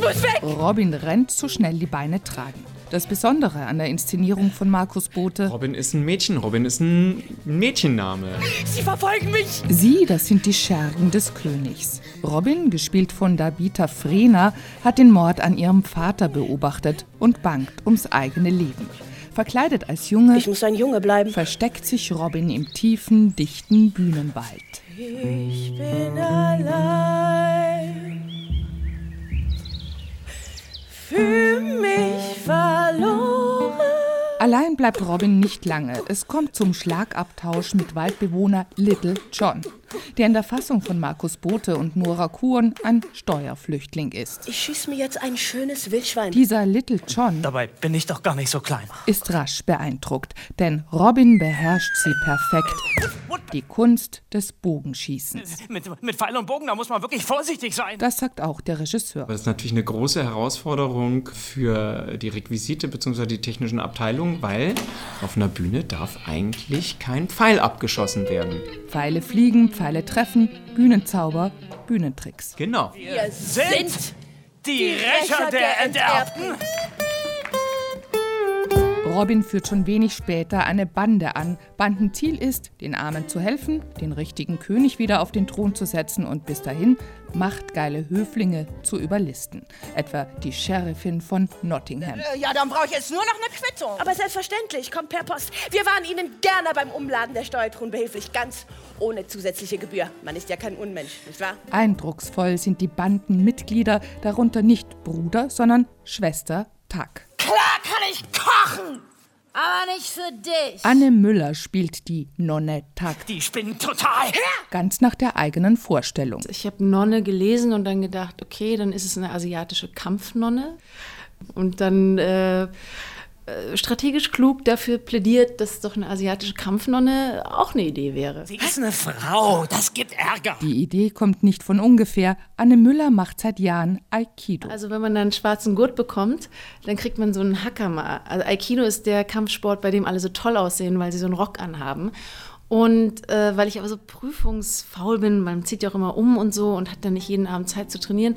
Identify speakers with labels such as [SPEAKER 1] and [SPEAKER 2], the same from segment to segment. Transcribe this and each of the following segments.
[SPEAKER 1] muss weg!
[SPEAKER 2] Robin rennt so schnell die Beine tragen. Das Besondere an der Inszenierung von Markus Bote,
[SPEAKER 3] Robin ist ein Mädchen, Robin ist ein Mädchenname.
[SPEAKER 1] Sie verfolgen mich!
[SPEAKER 2] sie, das sind die Schergen des Königs. Robin, gespielt von Dabita Frena, hat den Mord an ihrem Vater beobachtet und bangt ums eigene Leben. Verkleidet als Junge
[SPEAKER 1] Ich muss ein Junge bleiben.
[SPEAKER 2] versteckt sich Robin im tiefen, dichten Bühnenwald.
[SPEAKER 1] Ich bin allein. Für mich verloren.
[SPEAKER 2] Allein bleibt Robin nicht lange. Es kommt zum Schlagabtausch mit Waldbewohner Little John, der in der Fassung von Markus Bote und Nora Kuhn ein Steuerflüchtling ist.
[SPEAKER 1] Ich schieß mir jetzt ein schönes Wildschwein.
[SPEAKER 2] Dieser Little John
[SPEAKER 4] Dabei bin ich doch gar nicht so klein.
[SPEAKER 2] ist rasch beeindruckt, denn Robin beherrscht sie perfekt. Die Kunst des Bogenschießens.
[SPEAKER 4] Mit, mit Pfeil und Bogen, da muss man wirklich vorsichtig sein.
[SPEAKER 2] Das sagt auch der Regisseur.
[SPEAKER 3] Aber das ist natürlich eine große Herausforderung für die Requisite bzw. die technischen Abteilungen, weil auf einer Bühne darf eigentlich kein Pfeil abgeschossen werden.
[SPEAKER 2] Pfeile fliegen, Pfeile treffen, Bühnenzauber, Bühnentricks.
[SPEAKER 3] Genau.
[SPEAKER 1] Wir sind
[SPEAKER 4] die
[SPEAKER 1] Rächer der Enterbten.
[SPEAKER 2] Robin führt schon wenig später eine Bande an. Bandenziel ist, den Armen zu helfen, den richtigen König wieder auf den Thron zu setzen und bis dahin machtgeile Höflinge zu überlisten. Etwa die Sheriffin von Nottingham.
[SPEAKER 5] Ja, dann brauche ich jetzt nur noch eine Quittung.
[SPEAKER 1] Aber selbstverständlich, kommt per Post. Wir waren Ihnen gerne beim Umladen der Steuertruhen behilflich, ganz ohne zusätzliche Gebühr. Man ist ja kein Unmensch, nicht wahr?
[SPEAKER 2] Eindrucksvoll sind die Bandenmitglieder, darunter nicht Bruder, sondern Schwester Tuck.
[SPEAKER 5] Klar kann ich kochen, aber nicht für dich.
[SPEAKER 2] Anne Müller spielt die Nonne Tuck,
[SPEAKER 4] Die spinnen total.
[SPEAKER 2] ganz nach der eigenen Vorstellung.
[SPEAKER 6] Ich habe Nonne gelesen und dann gedacht, okay, dann ist es eine asiatische Kampfnonne. Und dann äh, äh, strategisch klug dafür plädiert, dass doch eine asiatische Kampfnonne auch eine Idee wäre.
[SPEAKER 4] Sie ist eine Frau, das gibt Ärger.
[SPEAKER 2] Die Idee kommt nicht von ungefähr. Anne Müller macht seit Jahren Aikido.
[SPEAKER 6] Also wenn man dann einen schwarzen Gurt bekommt, dann kriegt man so einen Hakama. Also Aikido ist der Kampfsport, bei dem alle so toll aussehen, weil sie so einen Rock anhaben. Und äh, weil ich aber so prüfungsfaul bin, man zieht ja auch immer um und so und hat dann nicht jeden Abend Zeit zu trainieren,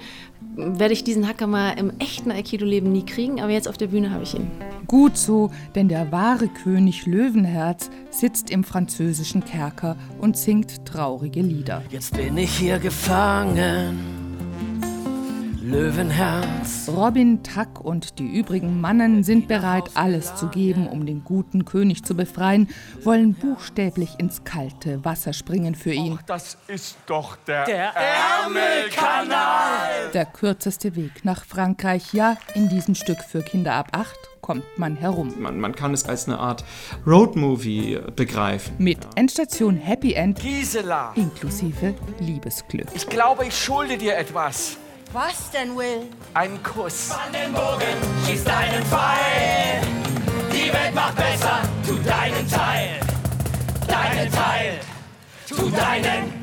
[SPEAKER 6] werde ich diesen Hakama im echten Aikido-Leben nie kriegen, aber jetzt auf der Bühne habe ich ihn.
[SPEAKER 2] Gut so, denn der wahre König Löwenherz sitzt im französischen Kerker und singt traurige Lieder.
[SPEAKER 7] Jetzt bin ich hier gefangen. Löwenherz.
[SPEAKER 2] Robin, Tuck und die übrigen Mannen sind bereit, alles zu geben, um den guten König zu befreien, wollen buchstäblich ins kalte Wasser springen für ihn.
[SPEAKER 8] Das ist doch der,
[SPEAKER 2] Der kürzeste Weg nach Frankreich, ja, in diesem Stück für Kinder ab 8 kommt man herum.
[SPEAKER 3] Man, man kann es als eine Art Roadmovie begreifen.
[SPEAKER 2] Mit Endstation Happy End
[SPEAKER 8] Gisela.
[SPEAKER 2] inklusive Liebesglück.
[SPEAKER 8] Ich glaube, ich schulde dir etwas.
[SPEAKER 5] Was denn, Will?
[SPEAKER 8] Einen Kuss.
[SPEAKER 7] Tu deinen